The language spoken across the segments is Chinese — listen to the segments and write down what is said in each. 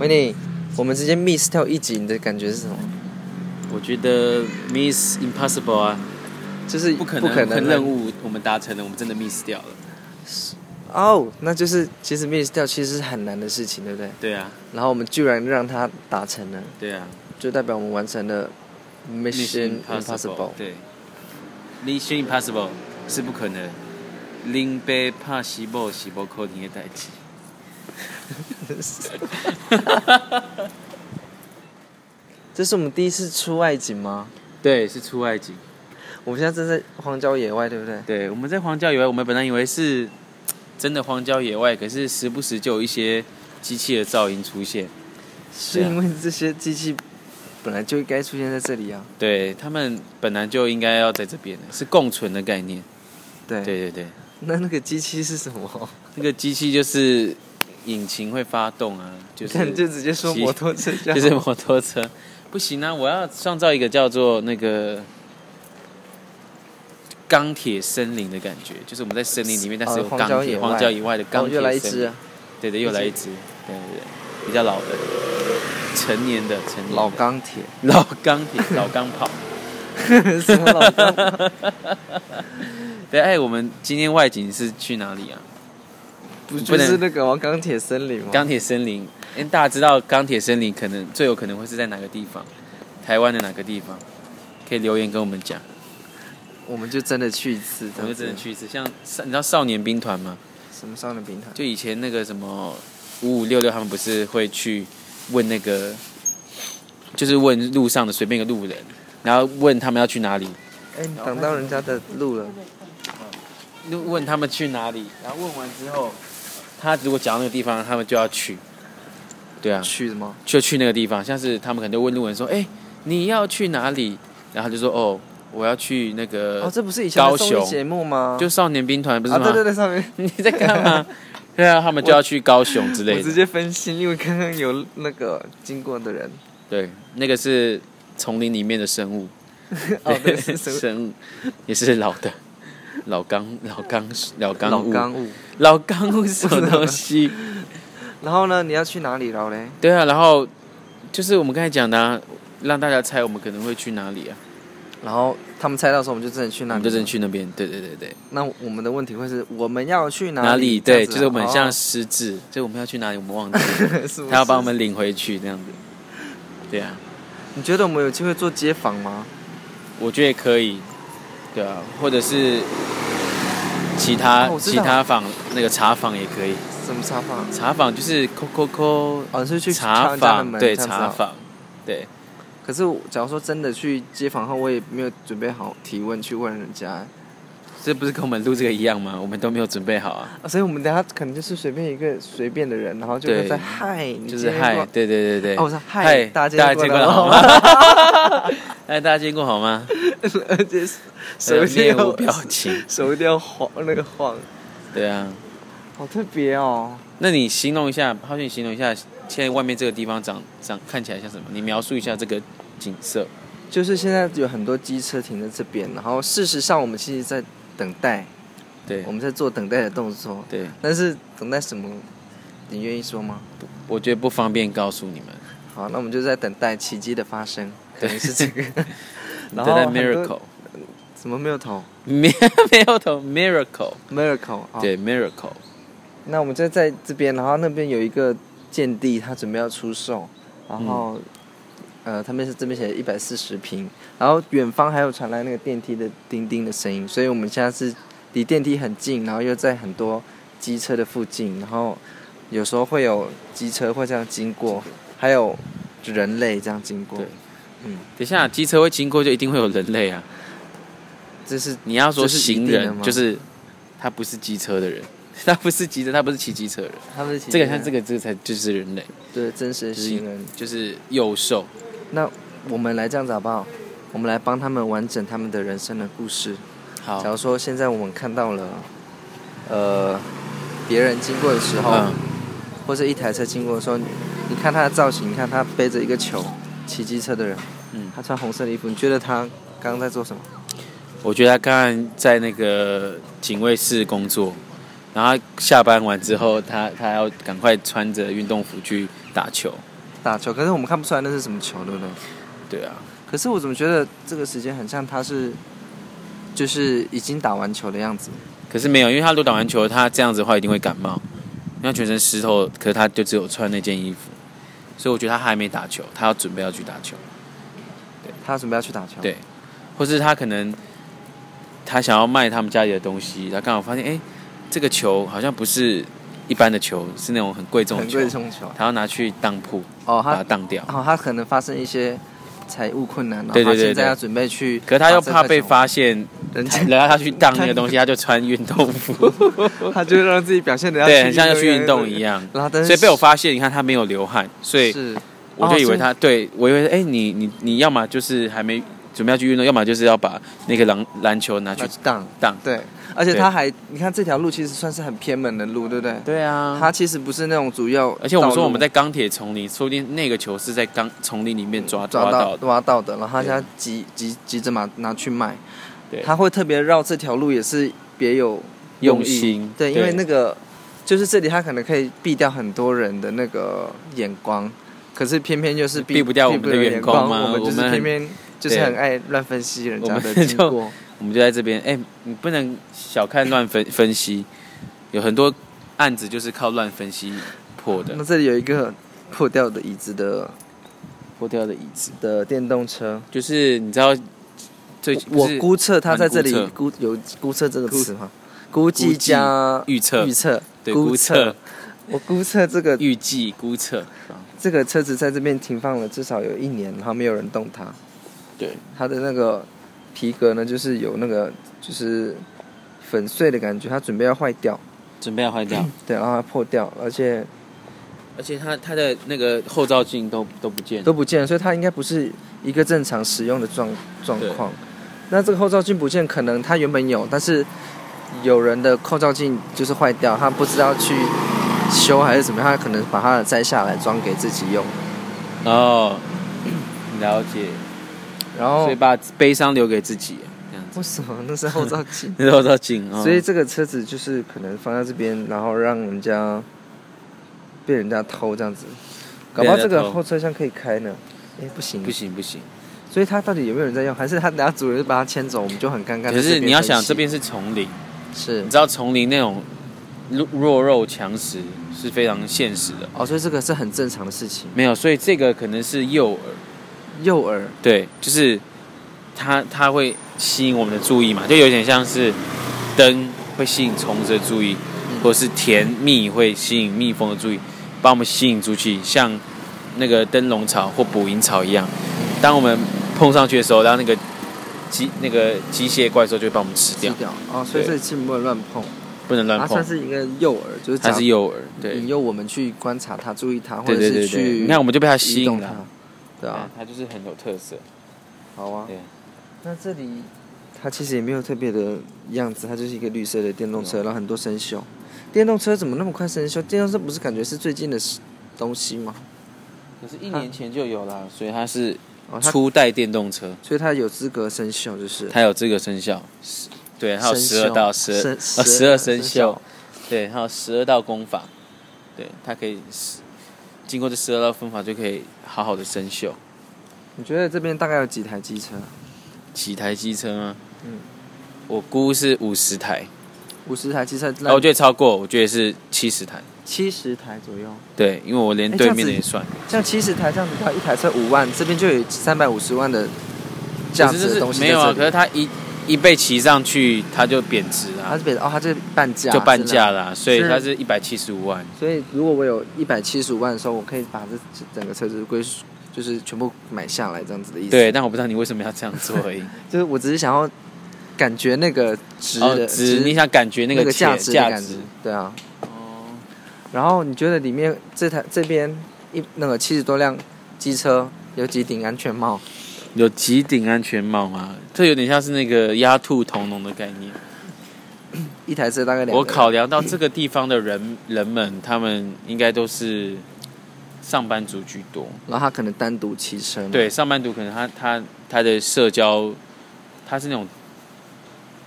维尼，我们直接 miss 掉一集，你的感觉是什么？我觉得 Miss Impossible 啊，就是不可不能可的能任务我们达成了，我们真的 miss 掉了。哦，那就是其实 miss 掉其实是很难的事情，对不对？对啊，然后我们居然让它达成了，对啊就代表我们完成了 mission impossible。对，Mission Impossible 是不可能。林北怕西伯西伯扣你的代志。这是我们第一次出外景吗？对，是出外景。我们现在正在荒郊野外，对不对？对，我啊们在荒郊野外，我们本来以为是真的荒郊野外，可是时不时就有一些机器的噪音出现。是因为这些机器本来就该出现在这里啊。对他们本来就应该要在这边的，是共存的概念。对，对对对，那那个机器是什么？那个机器就是引擎会发动啊，就看是就直接说骑摩托车就好，就是摩托车。不行啊，我要创造一个叫做那个钢铁森林的感觉，就是我们在森林里面，但是有哦荒钢郊铁野荒外郊野外的哦钢铁又森来一林。只啊对对，又来一只，对对对，比较老的，成年的成年的老钢铁，老钢铁老钢炮。 什么老钢？对，哎，我们今天外景是去哪里啊？不不就能是那个吗？钢铁森林吗？钢铁森林。因为大家知道钢铁森林可能最有可能会是在哪个地方？台湾的哪个地方？可以留言跟我们讲，我们就真的去一次，我们就真的这样子去一次。像少你知道少年兵团吗？什么上的平台？就以前那个什么五五六六，他们不是会去问那个，就是问路上的随便一个路人，然后问他们要去哪里，哎，你挡到人家的路了，就问他们去哪里，然后问完之后，他如果讲到那个地方，他们就要去。对啊，去的吗？就去那个地方，像是他们可能就问路人说：“哎、你要去哪里？”然后他就说：“哦，我要去那个，哦，这不是以前的高综雄艺节目吗？就少年兵团不是啊，吗？对对对，上 面 你在干嘛？ 对啊，他们就要去高雄之类我的直。接分心，因为刚刚有那个经过的 人，对，那个是丛林里面的生物， 哦，对，是什么 生物也是老的，老钢老钢老钢老物钢物。老钢物是什么 东西？然后呢，你要去哪里然后嘞？对啊，然后就是我们刚才讲的、啊，让大家猜我们可能会去哪里啊？然后他们猜到的时候，我们就真的去我那们里。就真的去那边。对对对对。那我们的问题会是，我们要去哪里？里？这对，样子啊就是我们像哦失智，就我们要去哪里，我们忘记了， 是不他要把是我们领回去这样子。对啊，你觉得我们有机会做街访吗？我觉得也可以，对啊，或者是其他、哦我知其道他坊那个茶坊也可以，什么茶坊？茶坊就是扣扣扣哦，是去敲人茶家的坊，门对这样子茶啊坊，对可是我假如说真的去街访后，我也没有准备好提问去问人家，这不是跟我们录这个一样吗？我们都没有准备好啊，啊所以我们等下可能就是随便一个随便的人，然后就会对在嗨，你就今是天嗨过，对对对对，哦，我说嗨，大家家见见过过了了好好吗吗？？ 哎，大家见过好吗？ 而且手一定面无要表情， 手一定要晃那个晃，对啊。好特别哦。那你形容一下，浩俊，你形容一下现在外面这个地方长长看起来像什么？你描述一下这个景色。就是现在有很多机车停在这边，然后事实上我们其实在等待，对我们在做等待的动作，对，但是等待什么？你愿意说吗？我觉得不方便告诉你们。好，那我们就在等待奇迹的发 生，可能是这个。 然等后待很多 miracle， 什么没有头没没有头 miracle， miracle 啊、对 miracle，那我们就在这边，然后那边有一个建地，他准备要出售，然后、嗯呃，他们是这边写一百四十平，然后远方还有传来那个电梯的叮叮的声音，所以我们现在是离电梯很近，然后又在很多机车的附近，然后有时候会有机车会这样经过，还有人类这样经过对，。嗯，等一下机车会经过，就一定会有人类啊！这是你要说这是一行定的人，吗就是他不是机车的人， 他不是机车，他不是骑机车的人。他们这个像这个个这个才就是人类，对真实的就是行人。就是幼兽。那我们来这样子好不好？我们来帮他们完整他们的人生的故事。好假，如说现在我们看到了，呃，别人经过的时候，嗯，或者一台车经过的时候，你你看他的造型，你看他背着一个球，骑机车的人，嗯他穿红色的衣服，你觉得他刚刚在做什么？我觉得他刚刚在那个警卫室工作，然后他下班完之后，他他要赶快穿着运动服去打球。打球，可是我们看不出来那是什么球，对不对？对啊，可是我怎么觉得这个时间很像他是，就是已经打完球的样子。可是没有，因为他如果打完球，他这样子的话一定会感冒，因为他全身湿透，可是他就只有穿那件衣服，所以我觉得他还没打球，他要准备要去打球，他准备要去打球。对或是他可能他想要卖他们家里的东西，他刚好发现哎、诶这个球好像不是一般的球，是那种很贵重的很球，贵重的球。他要拿去当铺哦，把它他当掉，哦，他可能发生一些财务困难，然后对他对对现在对要准备去。可是他又怕被，发现，人家然后 他去当那个东西，他就穿运动服，他就让自己表现的对，很像 要去运动一。样。然后但是所以被我发现，你看他没有流汗，所以是我就以为他、对我以为，哎、你你你要么就是还没准备要去运动，要么就是要把那个篮篮球拿去去挡当。对，而且对他还你看这条路其实算是很偏门的路，对不对？对啊，他其实不是那种主要道路，而且我们说我们在钢铁丛林，说不定那个球是在钢丛林里面抓抓到的。挖到的，然后他对现在急急急着拿拿去卖对，他会特别绕这条路也是别有用意心对，因对为那个就是这里他可能可以避掉很多人的那个眼光，可是偏偏就是避避不掉我们的眼眼光吗我们就我是们偏很偏就是对很爱乱分析人家我的们经就过， 我们就在这边，哎、你不能小看乱分分析，有很多案子就是靠乱分析破的那。这里有一个破掉的椅子的破掉的椅子，的电动车，就是你知道最我不是估测他在这里很估有估测这个估词吗？估计计加预测预测，对估估测我估测这个预计估测，这个车子在这边停放了至少有一年，然后没有人动它。对，它的那个皮革呢，就是有那个就是粉碎的感觉，它准备要坏掉，准备要坏掉。对，然后它破掉，而且 而且它它的那个后照镜都都不见了，都不见了，所以它应该不是一个正常使用的状状对况。那这个后照镜不见，可能它原本有，但是有人的后照镜就是坏掉，他不知道去修还是怎么样，他可能把它的摘下来装给自己用，哦， 了解，然后所以把悲伤留给自己，这样子。为什么那是后照镜？那 后照镜，哦、所以这个车子就是可能放在这边，然后让人家被人家偷这样子，搞不好这被个人家偷后车厢可以开呢。哎、不行，不行不行。所以他到底有没有人在用？还 是他等下主人把他牵走，我们就很尴尬。可是你要想，这在边是丛林，分析是你知道丛林那种弱弱肉强食是非常现实的，哦，所以这个是很正常的事情。没有，所以这个可能是诱饵，诱饵，对，就是它它会吸引我们的注意嘛，就有点像是灯会吸引虫子的注意，嗯或是甜蜜会吸引蜜蜂的注意，把我们吸引出去，像那个灯笼草或捕蝇草一样。当我们碰上去的时候，然后那个机那个机械怪兽就会把我们吃吃掉，掉哦，所以这对里是不能乱碰，不能乱它碰算，是一个诱饵，就是它假是诱饵。对引，诱我们去观察它、注意它，或对者对是对对，去你看我啊们就被它吸移动引它了，。对啊，，它就是很有特色。好啊对。那这里它其实也没有特别的样子，它就是一个绿色的电动车，嗯然后很多生锈。电动车怎么那么快生锈？电动车不是感觉是最近的事东西吗？可是，一年年前就有啦，所以它是哦，它初代电动车。所以它有资格生锈，就是它有这个生肖，十对，它有生十二肖道十二生呃十二生生肖，对，还有十二道功法，对，它可以使经过这十二道功法就可以好好的生锈。你觉得这边大概有几台机车？几台机车吗？嗯嗯，我估是五十台，五十台机车，啊，我觉得超过，我觉得是七十台，七十台左右。对，因为我连哎这对样面的子也算，像七十台这样子的话，一台车五万，这边就有三百五十万的这样可是子的东就西是在没这有啊，里可是它一一被骑上去，它就贬值它啦是，别的哦，它就是半价，就半是吗价啦，所以是它是一百七十五万，所以如果我有一百七十五万的时候，我可以把这这整个车子归属，就是全部买下来这样子的意思。对，，但我不知道你为什么要这样做而已。就是我只是想要感觉那个 值哦的，值，你想感觉那那个个钱价值的感值哦觉，对啊。然后你觉得里面这台这边一那个七十多辆机车有几顶安全帽？有几顶安全帽啊？这有点像是那个鸭兔同笼的概念。一台车大概两个我考量到这个地方的人人们，他们应该都是上班族居多。然后他可能单独骑车嘛，对，上班族可能他他他的社交，他是那种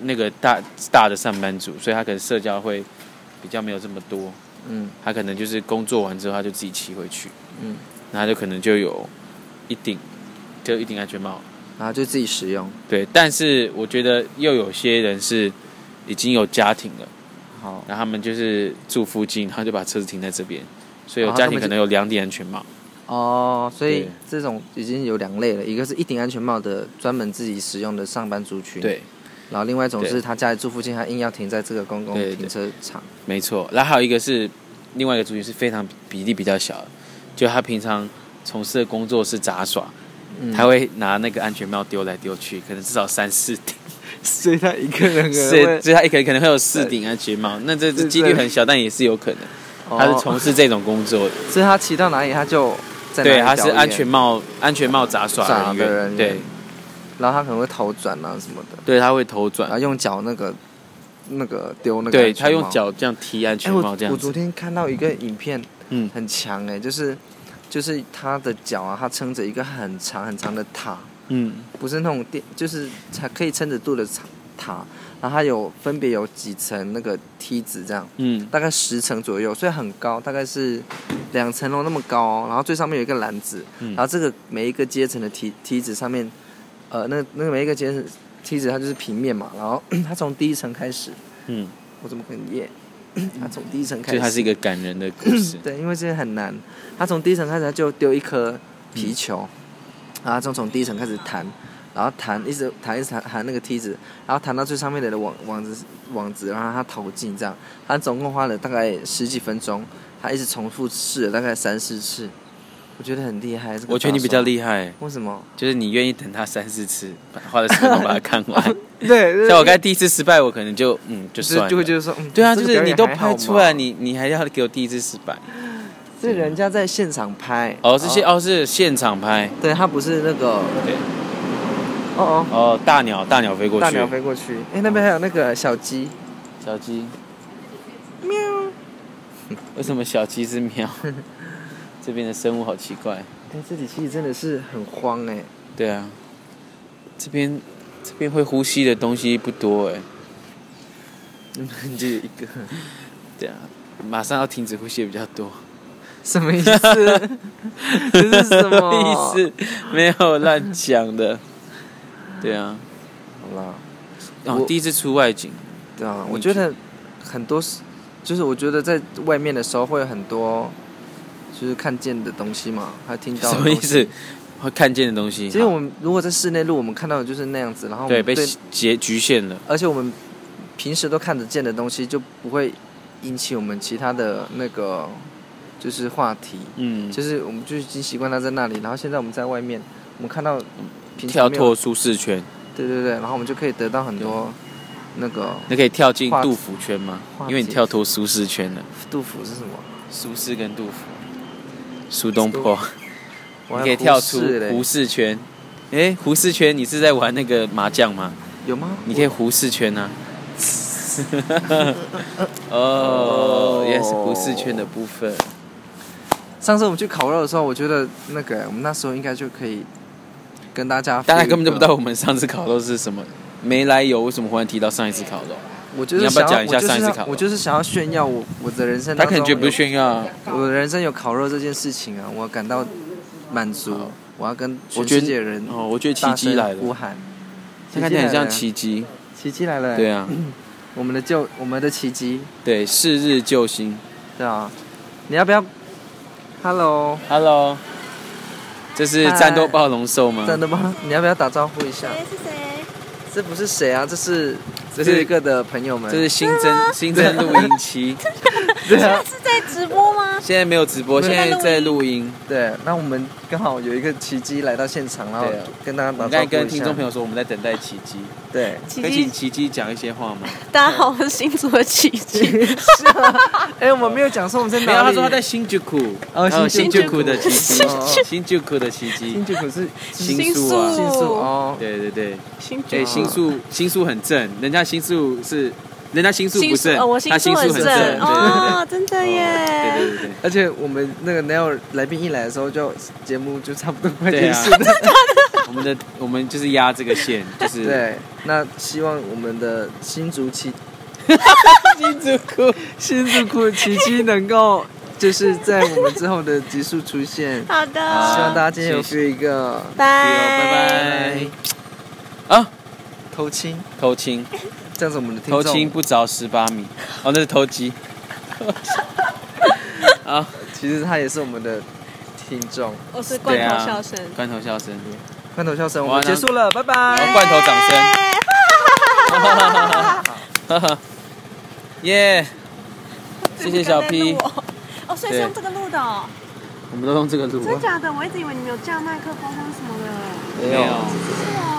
那个大大的上班族，所以他可能社交会比较没有这么多。嗯他可能就是工作完之后他就自己骑回去，嗯，那他就可能就有一顶就一顶安全帽。然后就自己使用。对，但是我觉得又有些人是已经有家庭了，好，然后他们就是住附近，他就把车子停在这边，所以有哦家他庭们可就能有两顶安全帽。哦，所以对这种已经有两类了，一个是一顶安全帽的专门自己使用的上班族群，，对，然后另外一种对是他家里住附近，他硬要停在这个公共对对停车场。没错。然后还有一个是另外一个族群是非常比例比较小的，就他平常从事的工作是杂耍，嗯他会拿那个安全帽丢来丢去，可能至少三四顶。所以他一个人 可能所以会所以他可能可能会有四顶安全帽，那这这是几率很小，但也是有可能。他是从哦，事这种工作的，所以他骑到哪里他就在哪里对，他是表演安全，帽安全帽杂耍杂人员，的人员对然后他可能会头转啊什么的，对，他会头然后转，用脚那个那个丢那个啊对安全帽，他用脚这样踢安哎，全帽我这我样昨子，天看到一个影片，嗯很强哎、就是就是他的脚啊，他撑着一个很长很长的塔，嗯，不是那种电，就是才可以撑得住的塔塔，然后它有分别有几层那个梯子这样，嗯大概十层左右，所以很高，大概是两层楼那么高哦、然后最上面有一个篮子，嗯然后这个每一个阶层的梯梯子上面，呃，那那个每一个阶层梯子它就是平面嘛，然后 它从第一层开始，嗯，我怎么可能耶？它从第一层开所以始，，它是一个感人的故事对，因为这个很难。他从第一层开始他就丢一颗皮嗯球，然后就从第一层开始弹，然后弹一直弹一直弹弹那个梯子，然后弹到最上面的网网子网子，然后他投进这样。他总共花了大概十几分钟，他一直重复试了大概三四次，我觉得很厉害。这个我觉得你打比较手，厉害，为什么？就是你愿意等他三四次，把花了时间把它看完。 对像我刚才第一次失败，我可能就嗯就就是算就会了。觉得说，嗯，对啊，这就个是表你演都还好拍出嘛来，，你你还要给我第一次失败？是人家在现场拍哦，是现，哦是现场拍，对他不是那个，对，哦哦，哦大鸟大鸟飞过大去鸟，飞过去，哎，那边还有那个小鸡，小鸡，喵，为什么小鸡是 喵？这边的生物好奇怪。哎，这里其实真的是很荒哎，对啊，这边这边会呼吸的东西不多哎。就有一个，对啊，马上要停止呼吸的比较多。什么意思？这是什 么 意思？没有乱讲的。对啊，好啦，哦我，第一次出外景，对啊，你我觉得很多时，就是我觉得在外面的时候会有很多，就是看见的东西嘛，还有听到什的么东西意思？？会看见的东西，哦其实我们如果在室内录，我们看到的就是那样子，然后我对们被局局限了。而且我们平时都看得见的东西，就不会引起我们其他的那个就是话题。嗯，就是我们就已经习惯它在那里，然后现在我们在外面，我们看到平跳常没有，脱舒适圈，对对对，然后我们就可以得到很多那个你可以跳进话杜甫圈吗？话因为你题跳脱舒适圈了，杜甫是什么？苏轼跟杜甫，苏东坡。我你还可以有胡跳出适嘞胡适圈。诶，胡适圈，你是在玩那个麻将吗？有吗？你可以胡适圈啊。 哦，也是胡适圈的部分。上次我们去烤肉的时候，我觉得那个我们那时候应该就可以跟大家，大家根本就不知道，我们上次烤肉是什么，没来由，为什么忽然提到上一次烤肉？我就是你要不要想讲一下上一次烤肉我就是想要炫耀我我的人生他当中有，可能觉得不炫耀啊。我的人生有烤肉这件事情啊，我感到满足好，我要跟全我觉世界得的人哦，我觉得奇大迹来声呼了，喊，他看起来很像奇奇迹。奇迹来了，对啊，我们的救我们的奇迹，对，是日救星。对啊，你要不要？Hello， Hello，这是嗨战斗暴龙兽吗？真的吗？你要不要打招呼一下？谁是谁？这不是谁啊，这是这这是是一个的朋友们，这是新增新增录音期，对啊，是在直播吗？现在没有直播，现没有在在录音。对。啊那我们刚好有一个奇迹来到现场，然后对啊跟大家我打们招刚才呼跟一听众朋下。友说，我们在等待奇迹， 对，奇可以请迹，奇迹讲一些话 吗？大家好，我是新竹的奇迹。 是啊。哎，我们没有讲说我们在没有，哪他里。说他在新竹库，哦还有新竹竹哦库库的奇迹新竹， 新竹库的奇迹新。竹可是新新宿啊宿新宿哦，对对对，新竹哎，新宿新宿很正，人家新宿是，人家新宿不正哦，我，他新新竹哎宿很很正，对对哦，真的对对耶！对对而且我们那个 Neil 来宾一来的时候，就节目就差不多快对结啊束了。对，我们的 我们就是压这个线，就是 对，那希望我们的新竹奇新竹哭，新竹库奇迹能够就是在我们之后的集数出现， 希好的，希望大家今天有谢 feel 一个，拜拜拜。啊，偷亲，偷亲，这样子我们的听偷众亲不着十八米，哦，那是偷 鸡。啊，其实他也是我们的听众。我是罐对头啊笑声，罐头笑声，罐头笑声，我哇们结束了，拜然后拜。罐头掌声，耶哈哈，耶！谢谢小 P，不敢再录我 哦，所以是用这个录的哦，我们都用这个录啊真的假的？我一直以为你们有架麦克风或者什么的，没有。是哦。